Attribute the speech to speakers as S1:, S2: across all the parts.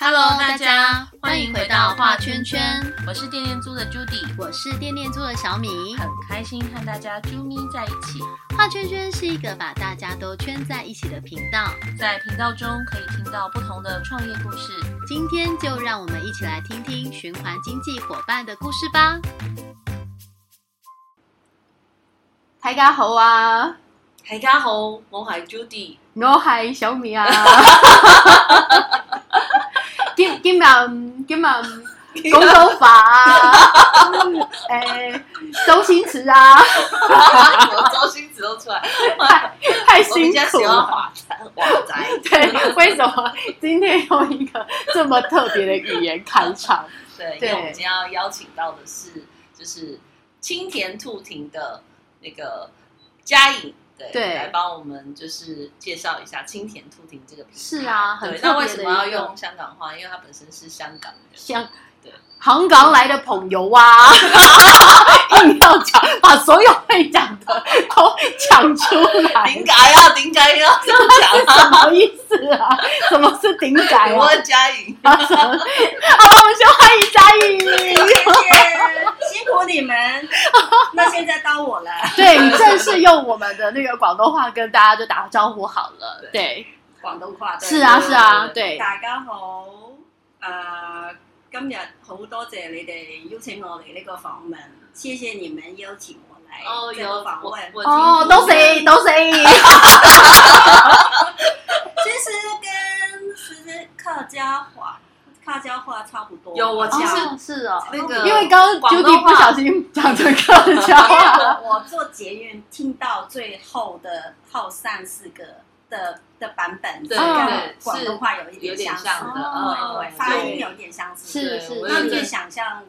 S1: Hello，大家欢迎回到画圈圈，
S2: 我是店店租的 Judy，
S1: 我是店店做的小米。
S2: 很开心和大家啾咪在一起。
S1: 画圈圈是一个把大家都圈在一起的频道，
S2: 在频道中可以听到不同的创业故事。
S1: 今天就让我们一起来听听循环经济伙伴的故事吧。
S3: 大家好啊，
S2: 大家好，我係 Judy。
S3: 我係小米啊。 今今日今日講手法啊，誒、周星馳啊，
S2: 我周星驰都出来，
S3: 太
S2: 我比
S3: 辛
S2: 较
S3: 苦
S2: 喜欢
S3: 了。
S2: 华仔，华仔。
S3: 对，为什么今天用一个这么特别的语言开场？
S2: 对，因
S3: 对
S2: 为我们今天要邀请到的是，就是青田兔亭的那个嘉颖，对，
S3: 对
S2: 来帮我们就是介绍一下青田兔亭这个品牌。
S3: 是啊很
S2: 对。
S3: 特别
S2: 那
S3: 的
S2: 为什么要
S3: 一个
S2: 用香港话？因为他本身是香港人。
S3: 像
S2: 对
S3: 航港来的朋友啊，硬要讲，把所有会讲的都讲出 来，
S2: 顶改啊，顶改 要这样讲
S3: 什
S2: 啊！
S3: 么意思啊？什么是顶改
S2: 你
S3: 啊？
S2: 问嘉颖，
S3: 啊什么？好，我们先欢迎嘉颖。
S4: 辛苦你们。那现在到我了，
S3: 对你正式用我们的那个广东话跟大家就打个招呼好了。对，
S4: 广東話
S3: 是啊，是啊，
S2: 对
S3: 对，
S4: 大家好，誒、今日好多謝你哋邀請我嚟呢個訪問，謝謝你們邀請我嚟
S2: 哦，
S4: 這
S2: 有
S4: 個訪
S2: 我
S4: 問。
S2: 我
S3: 哦，都谁都谁。
S4: 其實跟其實客家話、客家話差不多。
S2: 有我其實
S3: 哦是哦，
S2: 那个，
S3: 因为刚刚
S2: 广东
S3: Judy
S2: 话
S3: 不小心讲成客家
S4: 因
S3: 话。
S4: 为我我做捷运听到最后的后三四个的的版本，
S2: 对
S3: 对
S4: 跟
S2: 是
S4: 广东话有一
S2: 有点
S4: 相似，
S2: 像的
S3: 哦
S2: 嗯
S4: 对对，发
S2: 对
S4: 音有点相似。
S3: 是
S2: 对
S3: 是
S2: 我
S4: 那
S2: 有
S4: 你
S2: 一
S4: 就
S2: 阵
S4: 想象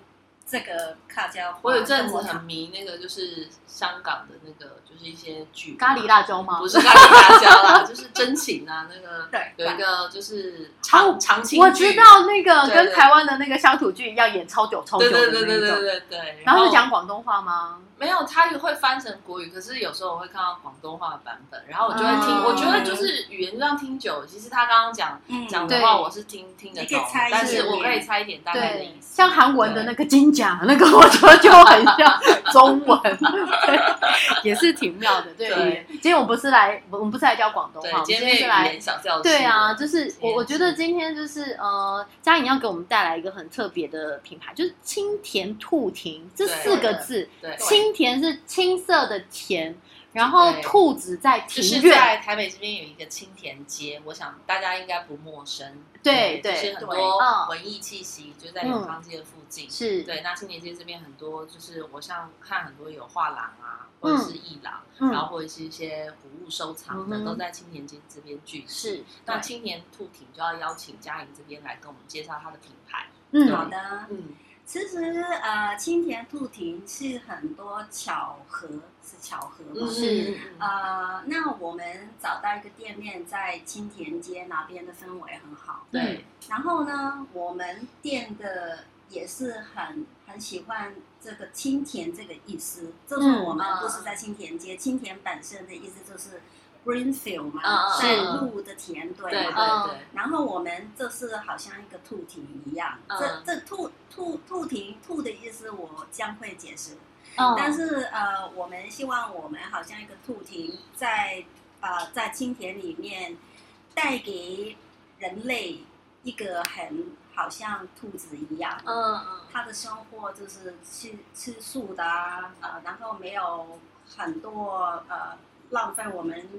S4: 这个客家话，
S2: 我有一阵子
S4: 跟
S2: 很迷那个，就是香港的那个，就是一些剧
S3: 咖喱辣椒吗
S2: 不？是咖喱辣椒啦，就是真情啊，那个
S4: 对
S2: 有一个就是长长青剧，
S3: 我知道那个
S2: 对
S3: 跟
S2: 对
S3: 台湾的那个乡土剧一样，演超久超久
S2: 对，
S3: 的那
S2: 对对
S3: 一种。
S2: 对对对对。
S3: 然后是讲广东话吗？
S2: 没有，它也会翻成国语，可是有时候我会看到广东话的版本，然后我就会听，
S3: 嗯
S2: 我觉得就是语言这样听久了，其实他刚刚讲
S4: 嗯
S2: 讲
S3: 对
S2: 的话，我是听听得
S4: 你可以
S2: 懂的
S4: 猜，一
S2: 但是
S3: 点
S2: 我
S4: 点
S2: 可以猜一点大概的
S3: 对
S2: 意，思。
S3: 像韩文的那个金甲，那个我觉得就很像中文，对也是挺妙的。对，
S2: 对
S3: 今天我不是来，我们不是来教广东话，
S2: 对
S3: 我，们
S2: 今
S3: 今
S2: 天
S3: 天是
S2: 语
S3: 来。
S2: 言小教室。
S3: 对啊，就是我，
S2: 是
S3: 我觉得今天就是呃，嘉颖要给我们带来一个很特别的品牌，就是青田兔亭这
S2: 对
S3: 四个字。
S2: 对，
S3: 青田是青色的田，然后
S2: 对
S3: 兔子在
S2: 就是
S3: 庭院，
S2: 在台北这边有一个青田街，我想大家应该不陌生。
S3: 对
S2: 就
S3: 对
S2: 是很
S4: 对
S2: 多
S3: 嗯
S2: 文艺气息就在永康街的附近。
S3: 是，
S2: 对，那青田街这边很多，就是我像看很多有画廊啊，或者是艺廊，然
S3: 嗯，
S2: 后或者是一些古物收藏的，
S3: 嗯哼
S2: 都在青田街这边聚集。
S3: 是，
S2: 那
S3: 对
S2: 青田兔亭就要邀请嘉颖这边来跟我们介绍它的品牌。
S4: 好
S3: 嗯，
S4: 的。
S2: 嗯，
S4: 其实呃，青田兔亭是很多巧合，是巧合吗？
S3: 是
S2: 嗯
S4: 呃，那我们找到一个店面在青田街那边的氛围很好，
S2: 对，
S4: 然后呢，我们店的也是很很喜欢这个青田这个意思，就是我们
S2: 嗯
S4: 不是在青田街，青田本身的意思就是 greenfield 嘛，
S2: 嗯嗯
S4: 在
S3: 是
S4: 路的田对
S2: 对对
S4: 嘛。
S2: 对，
S4: 然后我们这是好像一个兔亭一样，
S2: 嗯
S4: 这这兔兔兔亭兔的意思我将会解释，
S3: 嗯
S4: 但是呃，我们希望我们好像一个兔亭在呃在青田里面带给人类一个很好像兔子一样，
S2: 嗯嗯，
S4: 他的生活就是吃吃素的啊，呃，然后没有很多呃浪费我们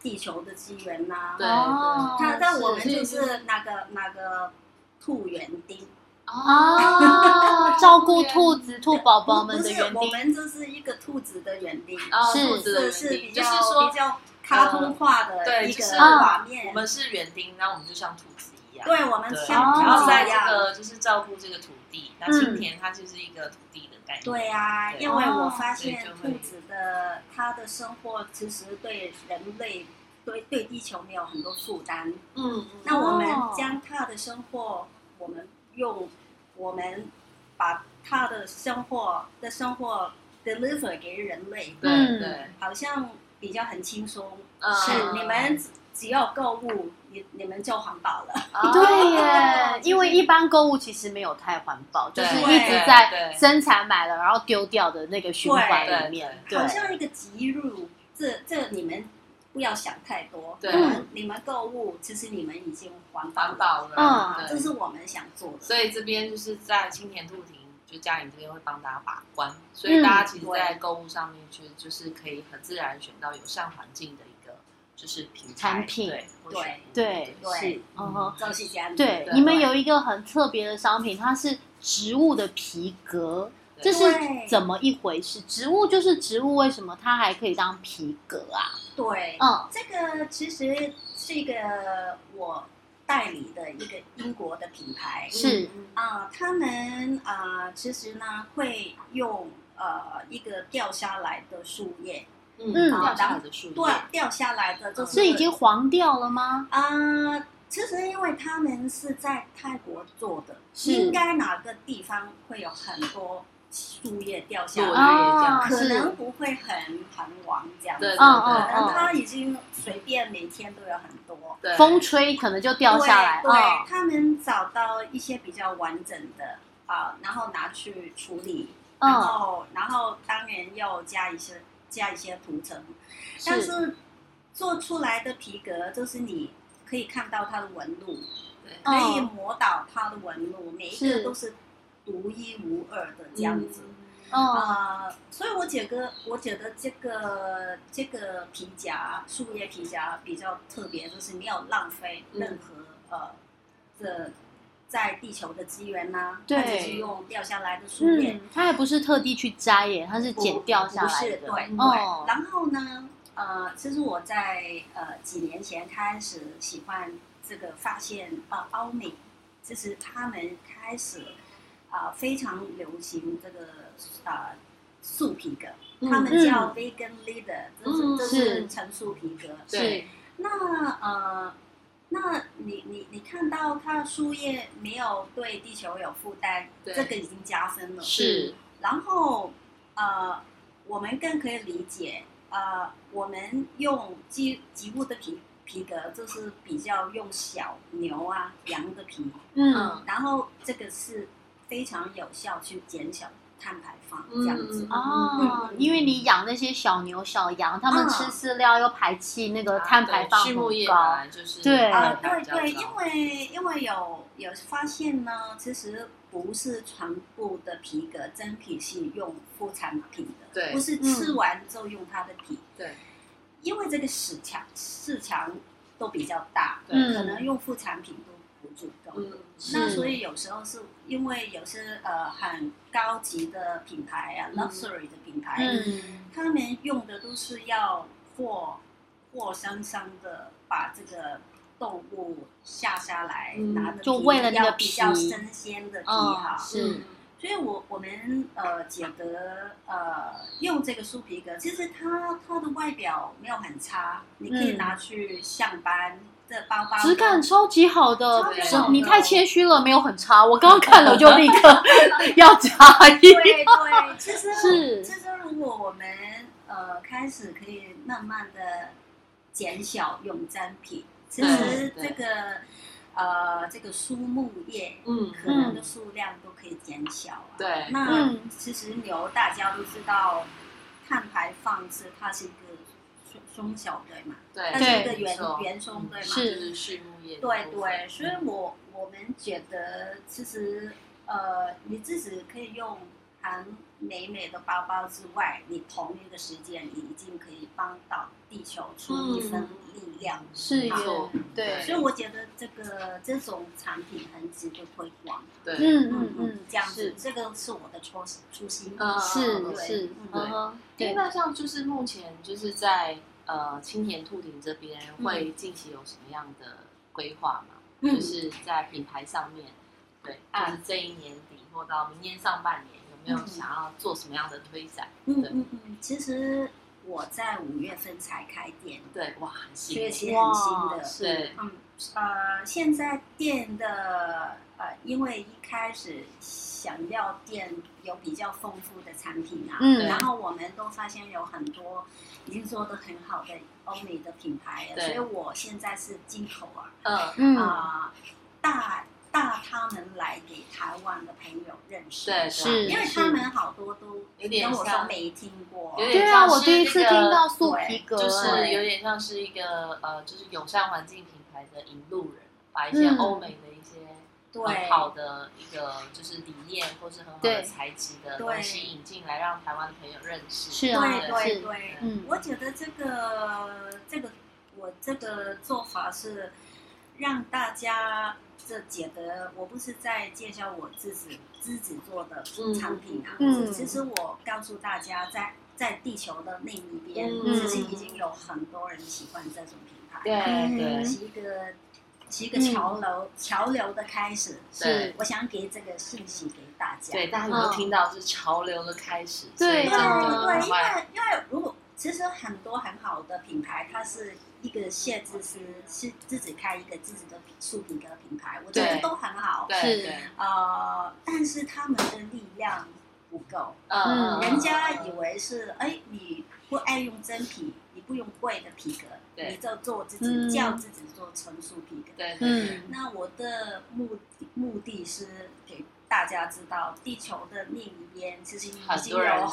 S4: 地球的资源呐、
S2: 对
S3: 哦
S4: 他在我们
S3: 是
S4: 就是那个那个兔园丁，
S1: 哦
S3: 啊，照顾兔子、兔宝宝们
S4: 不
S3: 的
S4: 是
S3: 园
S4: 我
S3: 丁，
S4: 们这是一个兔子的园丁，
S2: 啊，
S3: 是
S2: 兔子的
S4: 是
S2: 园
S4: 是
S2: 丁，
S4: 比
S2: 就
S4: 较
S2: 是说
S4: 比较卡通化的
S2: 对
S4: 一
S2: 就
S4: 个
S2: 是
S4: 画面。
S2: 我们是园丁，那我们就像兔子一样。
S4: 对我们
S2: 对，
S4: 像
S2: 然后
S4: 兔子
S2: 在
S4: 一
S2: 这
S4: 样。
S2: 个就是照顾这个土地，那青田它就是一个土地的概念。
S4: 对啊，
S2: 对
S4: 因为我
S3: 哦
S4: 发
S2: 所以
S4: 现
S2: 就会
S4: 兔子的它的生活其实对人类、对对地球没有很多负担。
S2: 嗯，
S4: 那
S2: 嗯
S4: 我们
S3: 哦
S4: 将它的生活，我们用我们把它的生活的生活 deliver 给人类，
S2: 对对，
S4: 好像比较很轻松。
S2: 嗯
S4: 是你们只要购物，你你们就环保了。
S2: 哦
S3: 对耶，因为一般购物其实没有太环保，就
S2: 对
S3: 是一直在生产买了然后丢掉的那个循环
S2: 对
S3: 里面。对
S4: 好，像一个集入，这这你们不要想太多。
S2: 对
S4: 你们你们购物，其实你们已经环保
S2: 环
S4: 了，
S2: 保
S3: 嗯
S2: 了，
S4: 这
S2: 对。
S4: 是我们想做的。
S2: 所以这边就是在青田兔亭，就嘉颖这边会帮大家把关，所以大家其实，在购物上面去就是可以很自然选到友善环境的一个就是品牌
S3: 产品
S2: 对或选品
S3: 对
S4: 对
S3: 是，嗯哼，
S4: 就是这样子。
S3: 对，
S2: 对
S3: 你们有一个很特别的商品，它是植物的皮革，
S2: 对
S3: 这是
S4: 对
S3: 怎么一回事？植物就是植物，为什么它还可以当皮革啊？
S4: 对，
S3: 嗯
S4: 这个其实是一个我代理的一个英国的品牌，
S2: 嗯
S3: 是
S4: 啊、他们啊、其实呢会用呃一个掉下来的树叶，
S2: 嗯，
S3: 嗯
S2: 掉下来的树叶，
S4: 对，掉下来的就是
S3: 是已经黄掉了吗？
S4: 啊、其实因为他们是在泰国做的，
S3: 是
S4: 应该哪个地方会有很多树叶掉下
S2: 落
S4: 来，
S2: 叶这
S3: 啊
S2: 样，
S4: 可
S3: 是
S4: 能不会很很完这样
S2: 对
S4: 子，
S2: 对
S3: 嗯
S4: 可
S3: 嗯
S2: 对
S4: 能他已经随便每天都有很多。
S2: 对，
S3: 风吹可能就掉下来
S4: 对，对
S3: 啊。
S4: 他们找到一些比较完整的啊、然后拿去处理，然
S3: 嗯，
S4: 后然后当然要加一些加一些涂层，但
S3: 是
S4: 是做出来的皮革就是你可以看到它的纹路，
S2: 对
S4: 可以
S3: 嗯
S4: 磨到它的纹路，每一
S3: 是
S4: 个都是独一无二的这样子。
S3: 嗯
S4: 啊，所以我觉得，我觉得这个这个皮夹，树叶皮夹比较特别，就是没有浪费
S3: 嗯
S4: 任何、呃这在地球的资源呐、
S3: 对
S4: 它只是用掉下来的树叶，
S3: 嗯，它还不是特地去摘耶，它是
S4: 不
S3: 剪掉下
S4: 不
S3: 来
S4: 是
S3: 的。
S4: 对对、
S3: 哦
S4: 然后呢，呃，其实我在呃几年前开始喜欢这个，发现呃欧美，就是他们开始啊、呃非常流行这个啊、呃、素皮革。
S3: 嗯
S4: 他们叫 vegan leader，、
S2: 嗯
S4: 这是这是陈述皮革。
S2: 对
S3: 是
S4: 那呃，那你你你看到它的树叶没有对地球有负担，
S2: 对
S4: 这个已经加分了。
S2: 是
S4: 然后呃，我们更可以理解，呃，我们用植植物的皮皮革，就是比较用小牛啊、羊的皮，
S3: 嗯
S2: 嗯
S4: 然后这个是非常有效去减小碳排放，
S2: 嗯
S4: 这样子。
S3: 哦，因为你养那些小牛小羊，它们
S4: 嗯
S3: 吃饲料又排气，那个碳排呃放
S2: 啊畜
S3: 很
S2: 牧业本
S3: 高。
S2: 来就是
S3: 对
S4: 啊，
S2: 碳排
S4: 对
S2: 比较
S4: 对，
S2: 高
S4: 因为因为有有发现呢，其实不是全部的皮革真皮是用副产品的，
S2: 对
S4: 不是吃完就用它的皮，
S2: 对
S4: 因为这个市场市场都比较大，
S2: 对
S4: 可能用副产品都不足够。
S2: 嗯
S3: 嗯
S4: 那
S3: 是
S4: 所以有时候是因为有些呃很高级的品牌啊、
S2: 嗯
S4: l u x u r y 的品牌，
S3: 嗯，
S4: 他们用的都是要活活生生的把这个动物下下来，
S2: 嗯
S4: 拿着
S3: 就
S4: 皮
S3: 为了那个
S4: 要比较
S3: 皮
S4: 新鲜的皮
S3: 嗯
S4: 哈。
S3: 是
S4: 所以我我们呃觉得呃用这个树皮革，其实它它的外表没有很差，你可以
S3: 嗯
S4: 拿去上班，这包包
S3: 质感超级好的
S4: 超
S2: 级，
S3: 是
S2: 好
S3: 你
S4: 的
S3: 太谦虚了，没有很差。我刚刚看了，我就立刻要加一
S4: 对。对，其实
S3: 是
S4: 其实如果我们呃开始可以慢慢的减小用粘品，其实
S2: 对
S4: 这个呃这个树木叶
S2: 嗯
S4: 可能的数量都可以减小啊。
S2: 对
S4: 那
S3: 嗯
S4: 其实牛大家都知道，碳排放是它是一个松松小对嘛，
S2: 对
S4: 它是一个
S3: 对
S4: 原
S2: 没错
S4: 原松对吗？
S3: 是
S2: 就是畜牧业的
S4: 对
S2: 部分
S4: 对，所以我我们觉得其实呃，你自己可以用很美美的包包之外，你同一个时间你已经可以帮到地球出一份力量。
S3: 嗯是耶
S2: 没错，
S3: 对
S4: 所以我觉得这个这种产品很值得推广。
S2: 对
S3: 嗯嗯嗯，
S4: 这样子
S3: 是，
S4: 这个是我的初初心。
S2: 嗯
S3: 是
S2: 对
S3: 是，嗯哼
S2: 诶
S3: 对，
S2: 那像就是目前就是在呃青田兔亭这边会近期有什么样的规划吗？
S4: 嗯
S2: 就是在品牌上面，对，
S4: 啊
S2: 就是这一年底或到明年上半年有没有
S4: 嗯
S2: 想要做什么样的推展？
S4: 嗯
S2: 对
S4: 嗯嗯，其实我在五月份才开店，
S2: 对，哇，很新
S4: 所以
S2: 鲜，
S4: 是很新的。
S3: 是
S2: 对，
S4: 嗯，呃，现在店的呃，因为一开始想要店有比较丰富的产品啊，
S3: 嗯
S4: 然后我们都发现有很多已经做的很好的欧美的品牌了，
S2: 对
S4: 所以我现在是进口啊，
S2: 嗯，
S3: 嗯，
S4: 啊、大大他们来给台湾的朋友认识，
S2: 对，啊
S3: 是
S4: 因为他们好多都
S2: 有点
S4: 跟我说
S2: 像
S4: 没听过，
S2: 有点
S3: 对啊，
S2: 像是
S3: 我第一次
S2: 那
S3: 听
S2: 个
S3: 到素皮革，
S2: 就是
S3: 哎
S2: 有点像是一个呃，就是友善环境品牌的引路人，把一些
S3: 嗯
S2: 欧美的一些
S4: 对
S2: 很好的一个就是理念或是很好
S3: 对
S2: 的材质的
S4: 对
S2: 东西引进来，让台湾的朋友认识。
S3: 是啊
S4: 对对
S3: 是
S4: 对，
S3: 嗯
S4: 我觉得这个这个我这个做法是让大家这觉得我不是在介绍我自己自己做的产品啊，
S3: 嗯
S4: 只其实我告诉大家在。在地球的另一边，
S2: 嗯
S4: 其实已经有很多人喜欢这种品牌，
S2: 对
S3: 嗯
S2: 对
S4: 是一个是一个潮流、潮流的开始。
S2: 对
S3: 是
S4: 我想给这个信息给大家。
S2: 对，大家有没有听到是潮流的开始？
S3: 嗯对啊
S2: 所以
S4: 对啊
S2: 真的
S4: 对，
S2: 很
S4: 因
S2: 快
S4: 为因为如果其实很多很好的品牌，它是一个设计师是自己开一个自己的树皮革品牌，我觉得
S2: 对
S4: 都很好。
S2: 对
S3: 是
S2: 对，
S4: 呃，但是他们的力量不够，
S2: 嗯，
S4: 人家以为是哎，你不爱用真皮，你不用贵的皮革，
S2: 对
S4: 你就做自
S3: 嗯
S4: 己叫自己做纯素皮革。
S2: 对对
S3: 嗯
S4: 那我的目的目的是给大家知道，地球的另一边其实已经有很多人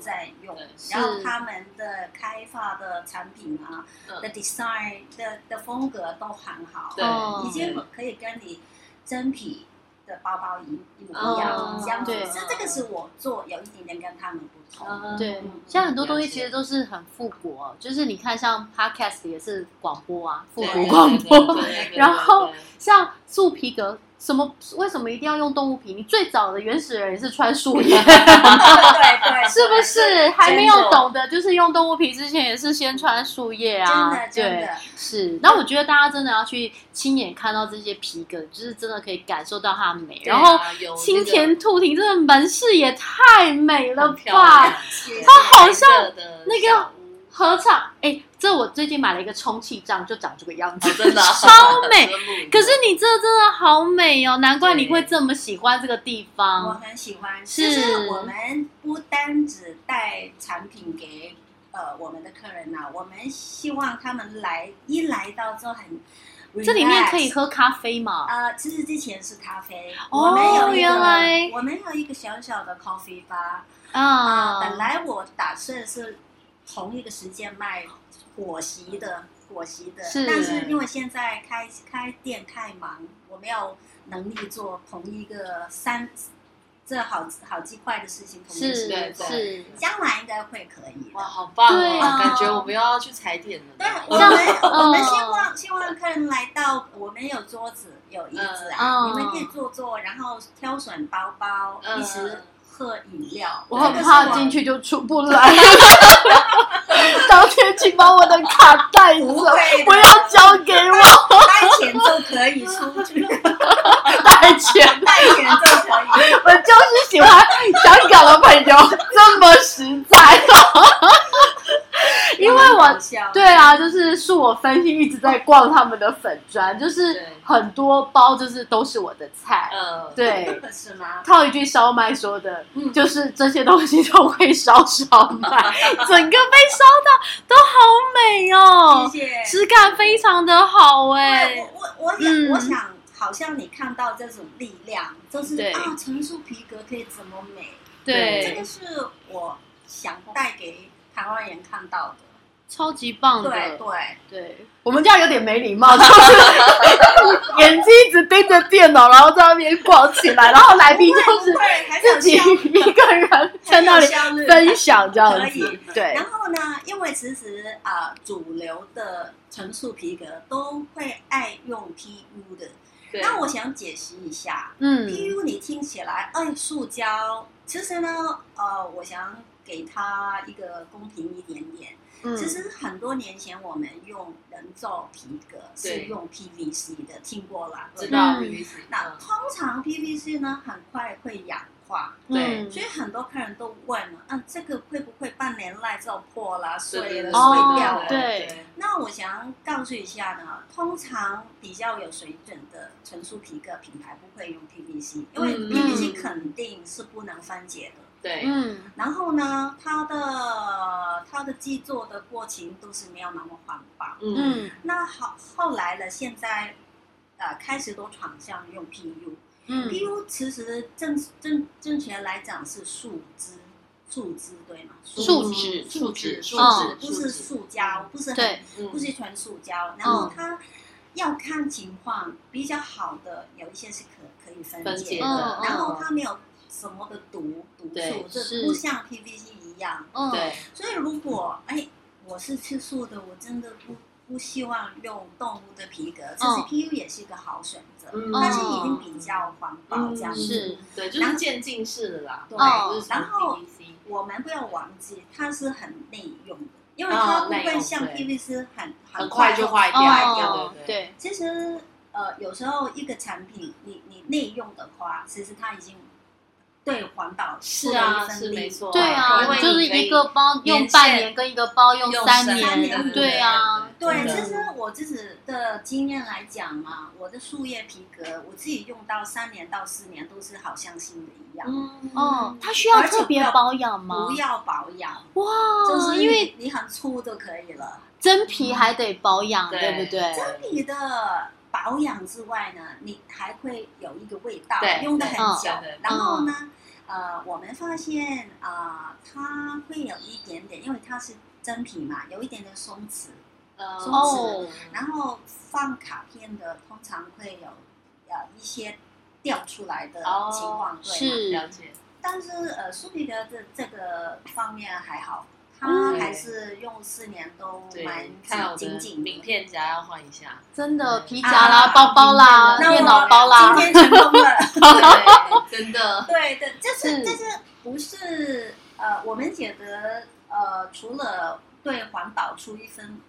S4: 在用
S2: 对，
S4: 然后
S3: 是
S4: 他们的开发的产品啊、的
S2: 嗯
S4: design 的的风格都很好，
S3: 哦
S2: 对，
S4: 已经可以跟你真皮的包包一一模一
S3: 哦
S4: 样，这样子
S3: 对。
S4: 是这个是我做有一点点跟他们不同，
S2: 嗯
S3: 对
S2: 嗯
S3: 现在很多东西
S2: 了解
S3: 其实都是很复古哦，就是你看像 podcast 也是广播啊，复
S2: 对
S3: 古
S2: 对
S3: 广
S2: 对对
S3: 播，
S2: 对对对
S3: 然后
S2: 对
S3: 像树皮革，什么为什么一定要用动物皮？你最早的原始人也是穿树叶，
S4: 对对对，
S3: 是不 是？还没
S2: 真
S3: 有
S2: 的
S3: 懂得就是用动物皮之前也是先穿树叶啊，
S4: 真的真
S3: 对，
S4: 的，
S3: 是。那我觉得大家真的要去亲眼看到这些皮革，就是真的可以感受到它的美，
S2: 对
S3: 然后。
S2: 啊有
S3: 青
S2: 那个
S3: 田兔亭真的门市也太美了
S2: 很漂亮
S3: 吧！
S4: 它
S3: 好像
S2: 白色的
S3: 那个哦
S2: 小屋
S3: 合唱，哎，这我最近买了一个充气杖，就长这个样子
S2: 哦，真的啊
S3: 超美。
S2: 遮蔽的
S3: 可是你这真的好美哦，难怪你会这么喜欢这个地
S4: 我
S3: 方。
S4: 很喜欢。
S3: 是
S4: 其实我们不单只带产品给呃我们的客人呐、我们希望他们来一来到就很 relax,
S3: 这里面可以。喝咖啡吗？
S4: 呃，其实之前是咖啡，
S3: 哦
S4: 我们有一个
S3: 原来
S4: 我们有一个小小的 coffee bar 啊、
S3: 啊，
S4: 本来我打算是同一个时间卖果昔的，果昔的，
S3: 是
S4: 但是因为现在开开店太忙，我没有能力做同一个三这好好几块的事情同一
S3: 是
S4: 个时
S2: 对
S4: 间
S3: 是
S4: 做，
S3: 是
S4: 将来应该会可以
S2: 哇，
S4: 的。
S2: 好棒哦！
S3: 对啊
S2: 感觉我们又要去踩点了。
S4: 对，我
S3: 像
S4: 们我们
S3: 嗯
S4: 希望希望客人来到，我们有桌子有椅子啊，
S3: 嗯
S4: 你们可以坐坐，然后挑选包包，
S2: 嗯
S4: 一起喝饮料。
S3: 我
S4: 这
S3: 很
S4: 个是
S3: 怕进去就出不 来。 当天请把我的卡带走，
S4: 不会的
S3: 不要交给我，
S4: 带钱就可以出去，
S3: 带钱。
S4: 带钱就可以。
S3: 我就是喜欢香港的朋友这么实在 哦，因为 我
S4: 很好笑
S3: 对啊，就是恕我分析一直在逛他们的粉砖，就是
S2: 对
S3: 很多包就是都是我的菜。
S2: 呃，
S3: 对，
S4: 是吗？
S3: 套一句烧麦说的，
S4: 嗯
S3: 就是这些东西都会烧烧 麦，整个被烧到都好美哦，
S4: 谢谢。
S3: 质感非常的好哎、
S4: 对，我我我
S3: 嗯
S4: 想我想，好像你看到这种力量，就是
S3: 对
S4: 啊，纯素皮革可以怎么美？这
S3: 对
S4: 个，是我想带给台湾人看到的。
S3: 超级棒的，
S4: 对对，
S3: 对，我们这样有点没礼貌，就是 眼睛一直盯着电脑，然后在那边逛起来，然后
S4: 哎
S3: 来宾 就是
S4: 对，还
S3: 自己一个人 在那里
S4: 效率。
S3: 分享这样
S4: 可以
S3: 子，对
S4: 然，后呢，因为其实啊、主流的纯素皮革都会爱用 PU 的。
S2: 对
S4: 那我想解析一下，
S3: 嗯，
S4: PU 你听起来，哎，塑胶，其实呢，呃，我想给它一个公平一点点。
S3: 嗯
S4: 其实很多年前我们用人造皮革是
S2: 对
S4: 用 PVC 的，听过啦，
S2: 知
S4: 对吧
S2: 道
S3: 嗯
S2: 意思。
S4: 那通常 PVC 呢，很快会氧
S2: 化，对，
S3: 嗯
S4: 所以很多客人都问嘛，啊，这个会不会半年赖这种破啦、碎了、
S2: 对
S4: 碎掉
S3: 哦
S4: 了？
S3: 对
S4: 那我想告诉一下呢，通常比较有水准的纯素皮革品牌不会用 PVC，因为
S2: 嗯
S4: PVC 肯定是不能分解的。
S2: 对，
S3: 嗯
S4: 然后呢，它的它的制作的过程都是没有那么环保。
S2: 嗯
S3: 嗯
S4: 那好，后来呢，现在呃开始都转向用 PU，
S3: 嗯
S4: PU 其实正正正确来讲是树枝，树枝对吗？
S3: 树
S2: 脂
S4: 树
S2: 嗯树脂
S4: 脂，树
S2: 嗯
S4: 脂，不是塑胶，不是很
S3: 对，
S2: 嗯
S4: 不是纯塑胶。然后它要看情况，比较好的有一些是可可以分
S2: 分
S4: 解
S2: 解
S4: 的，
S3: 嗯
S2: 的，
S4: 然后它没有什么的毒毒素
S2: 对，
S4: 这
S3: 是
S4: 不像 PVC 一样。
S3: 嗯，
S2: 对，
S4: 所以如果哎，我是吃素的，我真的不不希望用动物的皮革，其实
S3: 嗯
S4: PU 也是一个好选择。
S2: 嗯
S4: 但是已经比较环保这样
S2: 嗯
S4: 子。
S3: 是
S2: 对，就是渐进式的啦，
S4: 对
S2: 不是
S4: 然后
S2: PVC
S4: 我们不要忘记，它是很内用的，因为
S2: 哦
S4: 它不
S2: 内
S4: 会
S2: 用
S4: 像
S2: 对
S4: PVC 很
S2: 很快
S4: 快
S2: 就坏掉
S4: 坏掉。
S3: 哦
S2: 对对
S3: 对，
S4: 其实呃，有时候一个产品你你内用的话，其实它已经对环保
S2: 是啊，
S4: 出了一
S2: 是
S4: 份力
S2: 没错，
S3: 对
S4: 因
S3: 啊，
S4: 为
S3: 就是
S2: 你可以
S3: 一个包用
S2: 年限
S3: 半年跟一个包用
S2: 用
S3: 三
S4: 三
S3: 年，
S4: 年
S3: 对啊，
S4: 对，
S2: 真
S4: 其
S2: 的嗯
S4: 实我自己的经验来讲嘛，我的树叶皮革我自己用到三年到四年都是好像新的一样，
S2: 嗯
S3: 哦，它需要
S4: 而且
S3: 特别
S4: 不要
S3: 保养吗
S4: 不？要保养，
S3: 哇，
S4: 就是
S3: 因为
S4: 你你很粗就可以了。
S3: 真皮还得保养，
S2: 对
S3: 对不对？
S4: 真皮的保养之外呢，你还会有一个味道，
S2: 对
S4: 用的很
S3: 嗯
S4: 久
S2: 对对。
S4: 然后呢，呃，我们发现啊、呃它会有一点点，因为它是真皮嘛，有一点点松弛。
S3: 哦
S4: 然后放卡片的通常会有呃一些掉出来的
S2: 哦
S4: 情况，对吗？
S3: 是
S2: 了解，
S4: 但是呃，树皮的这这个方面还好，它
S2: 嗯
S4: 还是用四年都
S2: 对
S4: 蛮，
S2: 看到我
S4: 紧
S2: 的
S4: 紧的
S2: 名片夹要换一下，
S3: 真的
S2: 对
S3: 皮夹啦、
S4: 啊
S3: 包包啦、
S4: 那我
S3: 电脑包啦，
S4: 今天成 功了。
S2: 对，真的，
S4: 对对，就是
S3: 是
S4: 但是不是呃，我们觉得呃，除了对环保出一份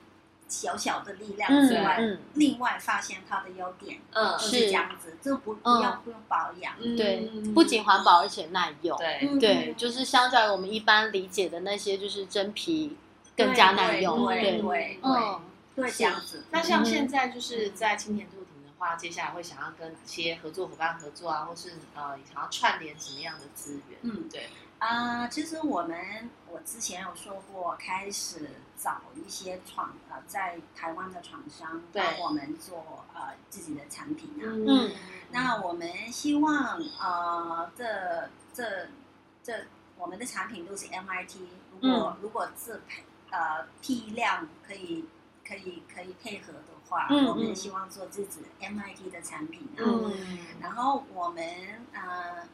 S4: 小小的力量
S3: 嗯
S4: 之外，
S3: 嗯，
S4: 另外发现它的优点
S2: 嗯
S4: 呃就是这样子，就不不
S3: 嗯
S4: 要不用保养。
S3: 对，不仅环保，而且耐用。
S2: 对
S4: 嗯
S3: 对，就是相较于我们一般理解的那些，就是真皮更加耐用。
S4: 对
S3: 对，
S4: 对
S3: 嗯，
S4: 对，
S3: 是
S4: 这样子。
S2: 那像
S3: 嗯
S2: 现在就是在青田渡庭的话，接下来会想要跟哪些合作伙伴合作啊，或是呃想要串联什么样的资源？
S4: 嗯
S2: 对，
S4: 啊、其实我们我之前有说过，开始找一些厂呃，在台湾的厂商
S2: 对
S4: 帮我们做呃自己的产品啊。
S3: 嗯
S4: 那我们希望呃，这这这我们的产品都是 MIT，如果、
S3: 嗯
S4: 如果这配呃批量可以可以可以配合的话，
S3: 嗯
S4: 我们
S3: 嗯
S4: 希望做自己 MIT 的产品啊。
S3: 嗯
S4: 然后我们呃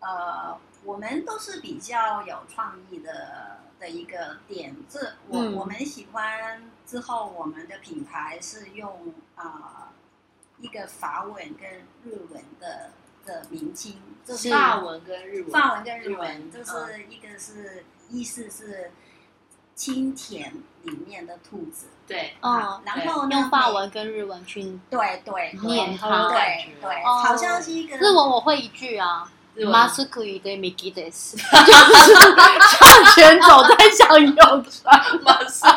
S4: 呃，我们都是比较有创意的的一个点。这我、
S3: 嗯
S4: 我们喜欢之后，我们的品牌是用啊、一个法文跟日文的的明清，就是
S3: 是嗯
S2: 法文跟日文，
S4: 法文跟日文，
S2: 文
S4: 就是一个是、意思是清甜里面的兔子，
S2: 对，
S3: 嗯，
S4: 然后呢
S3: 用法文跟日文去，
S4: 对对对
S2: 哦
S3: 念它
S4: 对对，
S3: 哦
S4: 好像是一个
S3: 日文 我会一句啊。
S2: 日文
S3: m a s u k u i de m i g i d e s 就是向前走再向右转。
S2: 马上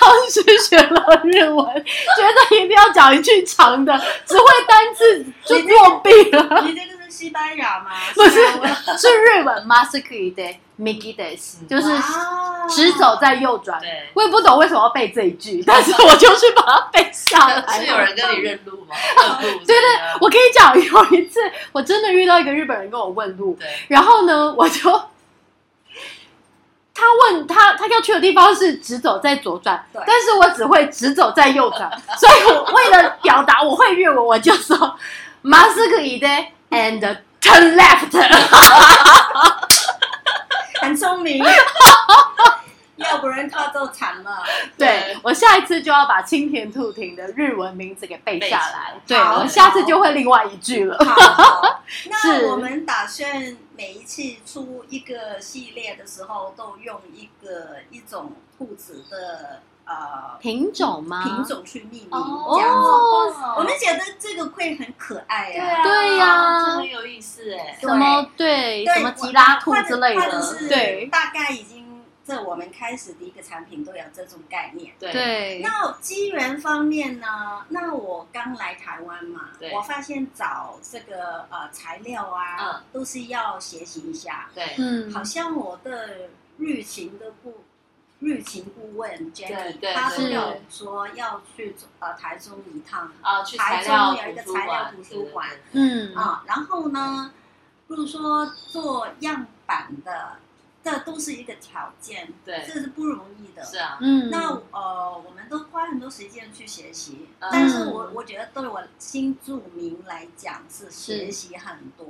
S3: 当时学了日文，觉得一定要讲一句长的，只会单字就作弊了。
S4: 你这个是西班牙吗？
S3: 不是
S4: 西班牙
S3: 是日文 m a s u k u i de m i g i d e s
S2: 嗯
S3: 就是
S4: 哇
S3: 直走再右转。
S2: 对，
S3: 我也不懂为什么要背这一句，但是我就是把它背下来。
S2: 是有人跟你认路吗？认路，对对，
S3: 我跟你讲，有一次我真的遇到一个日本人跟我问路，
S2: 对，
S3: 然后呢， 我就他问他他要去的地方是直走再左转
S4: 对，
S3: 但是我只会直走再右转，所以我为了表达我会日文，我就说马斯克以的 and turn left，
S4: 很 聪明，要不然他就惨 了。
S3: 对我下一次就要把青田兔亭的日文名字给背下来，
S2: 背
S3: 对
S2: 起来
S3: 我下次就会另外一句了。
S4: 好好，
S3: 是
S4: 那我们打算每一次出一个系列的时候，都用一个一种兔子的呃
S1: 品种吗？
S4: 品种去命名
S2: 哦
S4: 这样子。
S1: 啊哦
S4: 我们觉得这个会很可爱
S2: 对
S4: 呀、
S2: 啊，
S1: 对呀
S2: 这很有意思哎。
S1: 什么对
S4: 对
S1: 什么吉拉兔之类
S4: 或者是
S3: 对
S4: 大概已经这我们开始第一个产品都有这种概念。
S2: 对
S1: 对，
S4: 那机缘方面呢？那我刚来台湾嘛
S2: 对，
S4: 我发现找这个呃材料啊，
S2: 嗯
S4: 都是要学习一下。
S2: 对
S1: 嗯
S4: 好像我的日勤的顾日勤顾问 j a c
S2: 对
S4: k
S2: 对
S4: i 他
S1: 对
S4: 有说要去呃台中一趟
S2: 啊，去材
S4: 台
S2: 料
S4: 中有一个
S2: 图书
S4: 材料
S2: 馆，
S4: 图书馆
S2: 对
S1: 嗯
S4: 啊、然后呢，如果说做样板的，这都是一个条件，
S2: 对
S4: 这是不容易的。
S2: 对对是啊，
S1: 嗯，
S4: 那呃，我们都花很多时间去学习，
S2: 嗯
S4: 但是我我觉得对我新住民来讲是学习很多，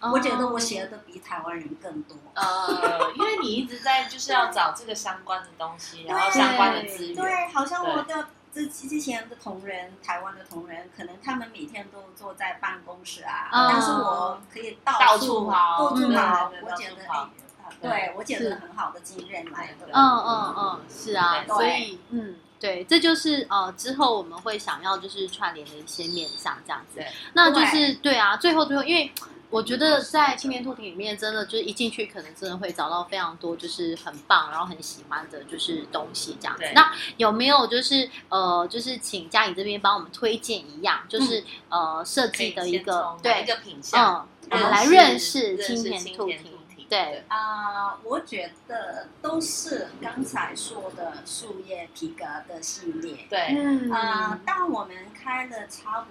S2: 哦
S4: 我觉
S3: 哦
S4: 得我学的比台湾人更多。
S2: 呃，因为你一直在就是要找这个相关的东西，
S4: 对
S2: 然后相关的资源，
S4: 对，好像
S2: 嗯对
S4: 我的之之前的同仁，台湾的同仁，可能他们每天都坐在办公室啊，
S1: 嗯
S4: 但是我可以到
S2: 哦到处
S4: 处
S2: 跑
S4: 到处
S1: 嗯
S4: 跑
S2: 对对对
S4: 我
S2: 到
S4: 觉
S2: 处
S4: 得
S2: 跑
S4: 哎，对我觉得很好的经验来的。
S2: 对
S1: 嗯嗯嗯，是啊，
S2: 对
S1: 所以嗯，对，这就是呃，之后我们会想要就是串联的一些面向这样子
S2: 对。
S1: 那就是对啊，最后最后，因为我觉得在青年兔亭里面，真的就是一进去，可能真的会找到非常多就是很棒，然后很喜欢的就是东西这样子
S2: 对。
S1: 那有没有就是呃，就是请嘉颖这边帮我们推荐一样，就是、呃设
S2: 嗯可以
S1: 计的
S2: 先
S1: 一个
S2: 从哪
S1: 对
S2: 一，个品相，
S1: 嗯，我们来
S2: 认识认
S1: 认识
S2: 识
S1: 青年
S2: 青
S1: 兔
S2: 年
S1: 亭
S2: 兔亭，
S1: 对，
S4: 啊、我觉得都是刚才说的树叶皮革的系列。
S2: 对
S1: 嗯
S4: 啊、但我们开了差不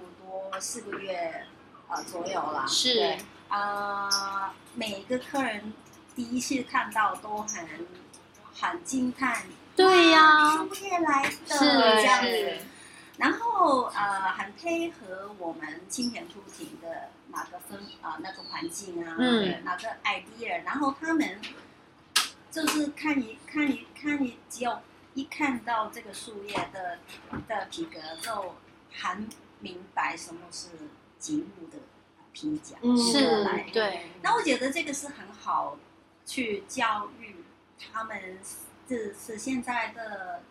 S4: 多四个月呃左右啦。
S1: 是
S2: 对，
S4: 啊、每个客人第一次看到都很很惊叹，啊
S1: 对呀、
S4: 树叶来的
S1: 是
S4: 这样
S1: 是
S4: 子。然后呃，很配合我们青田出庭的哪个分啊、那个环境啊，
S1: 嗯
S4: 哪个 idea，然后他们就是看一看一看一，只有一看到这个树叶的的皮革，就很明白什么是植物的皮夹。
S2: 嗯
S1: 是
S4: 来，
S1: 对，
S4: 那我觉得这个是很好去教育他们，是是现在的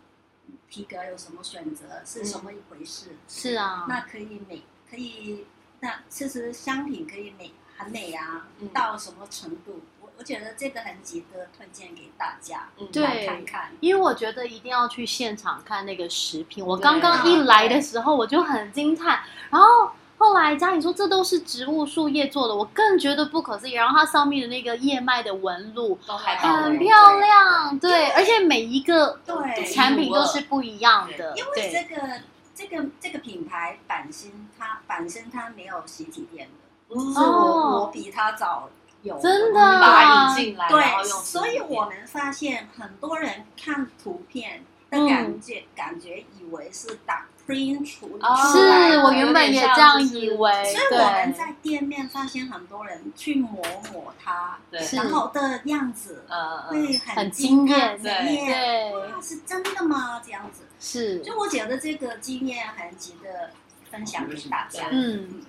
S4: 皮革有什么选择，是什么一回事。
S1: 是啊，
S4: 那可以美，可以那其实商品可以美很美啊，
S2: 嗯
S4: 到什么程度？我我觉得这个很值得推荐给大家
S2: 嗯
S1: 对
S4: 来看看。
S1: 因为我觉得一定要去现场看那个食品。我
S2: 对
S1: 刚刚一来的时候我就很惊叹，然后后来家里说这都是植物树叶做的，我更觉得不可思议。然后它上面的那个叶脉的纹路
S2: 都还好
S1: 很漂亮，对，
S4: 对
S1: 而且每一个
S4: 对
S1: 产品都是不一样的，
S4: 因为
S1: 对，
S4: 这个这个这个品牌本身它本身它没有实体店的，
S2: 嗯
S4: 是我
S1: 哦
S4: 我比它早有
S1: 真的
S2: 把它引进来，然后
S4: 对，
S2: 用
S4: 所以我们发现很多人看图片的感觉，感觉以为是打 print 处理
S2: 哦
S4: 出来
S1: 是
S4: 的
S1: 我原本也这样以为，
S4: 所以
S1: 对
S4: 我们在店面发现很多人去磨磨它，
S2: 对
S1: 是
S4: 然后的样子
S2: 呃呃
S4: 会
S1: 很惊
S4: 惊
S1: 艳，
S4: 美艳，
S1: 对，
S4: 哇，是真的吗？这样子，
S1: 是，
S4: 就我觉得这个经验很值得分享给大家，
S1: 嗯。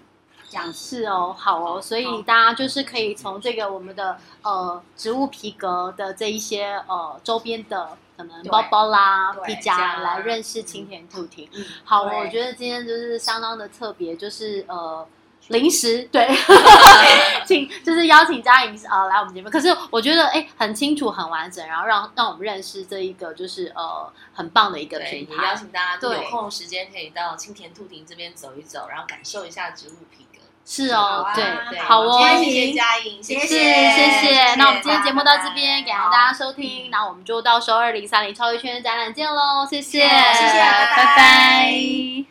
S4: 这样子。
S1: 是哦，好哦，所以大家就是可以从这个我们的呃植物皮革的这一些呃周边的可能
S4: 对
S1: 包包啦、
S4: 对
S1: 皮
S2: 夹
S1: 夹来认识青田兔亭。
S2: 嗯
S1: 好哦，
S4: 对
S1: 我觉得今天就是相当的特别，就是呃。临时对， 请就是邀请嘉颖呃来我们节目，可是我觉得哎很清楚很完整，然后让让我们认识这一个就是呃很棒的一个
S2: 对，
S1: 品
S2: 也邀
S1: 牌，
S2: 请大家
S1: 对
S2: 有空时间可以到青田兔亭这边走一走，然后感受一下植物皮革。
S1: 是
S2: 好
S1: 哦
S2: 啊
S1: 对，
S2: 对，
S1: 好哦，
S2: 今天谢谢佳颖，谢
S1: 是，
S4: 谢
S1: 谢谢。
S4: 谢
S1: 那我们今天节目到这
S4: 拜
S1: 边，
S4: 拜
S1: 感谢大家收听。那我们就到时候二零三零超一圈展览见喽，谢谢，
S4: 好谢谢拜拜
S1: 拜拜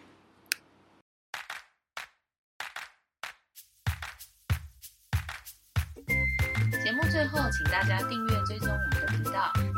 S2: 节目最后，请大家订阅追踪我们的频道。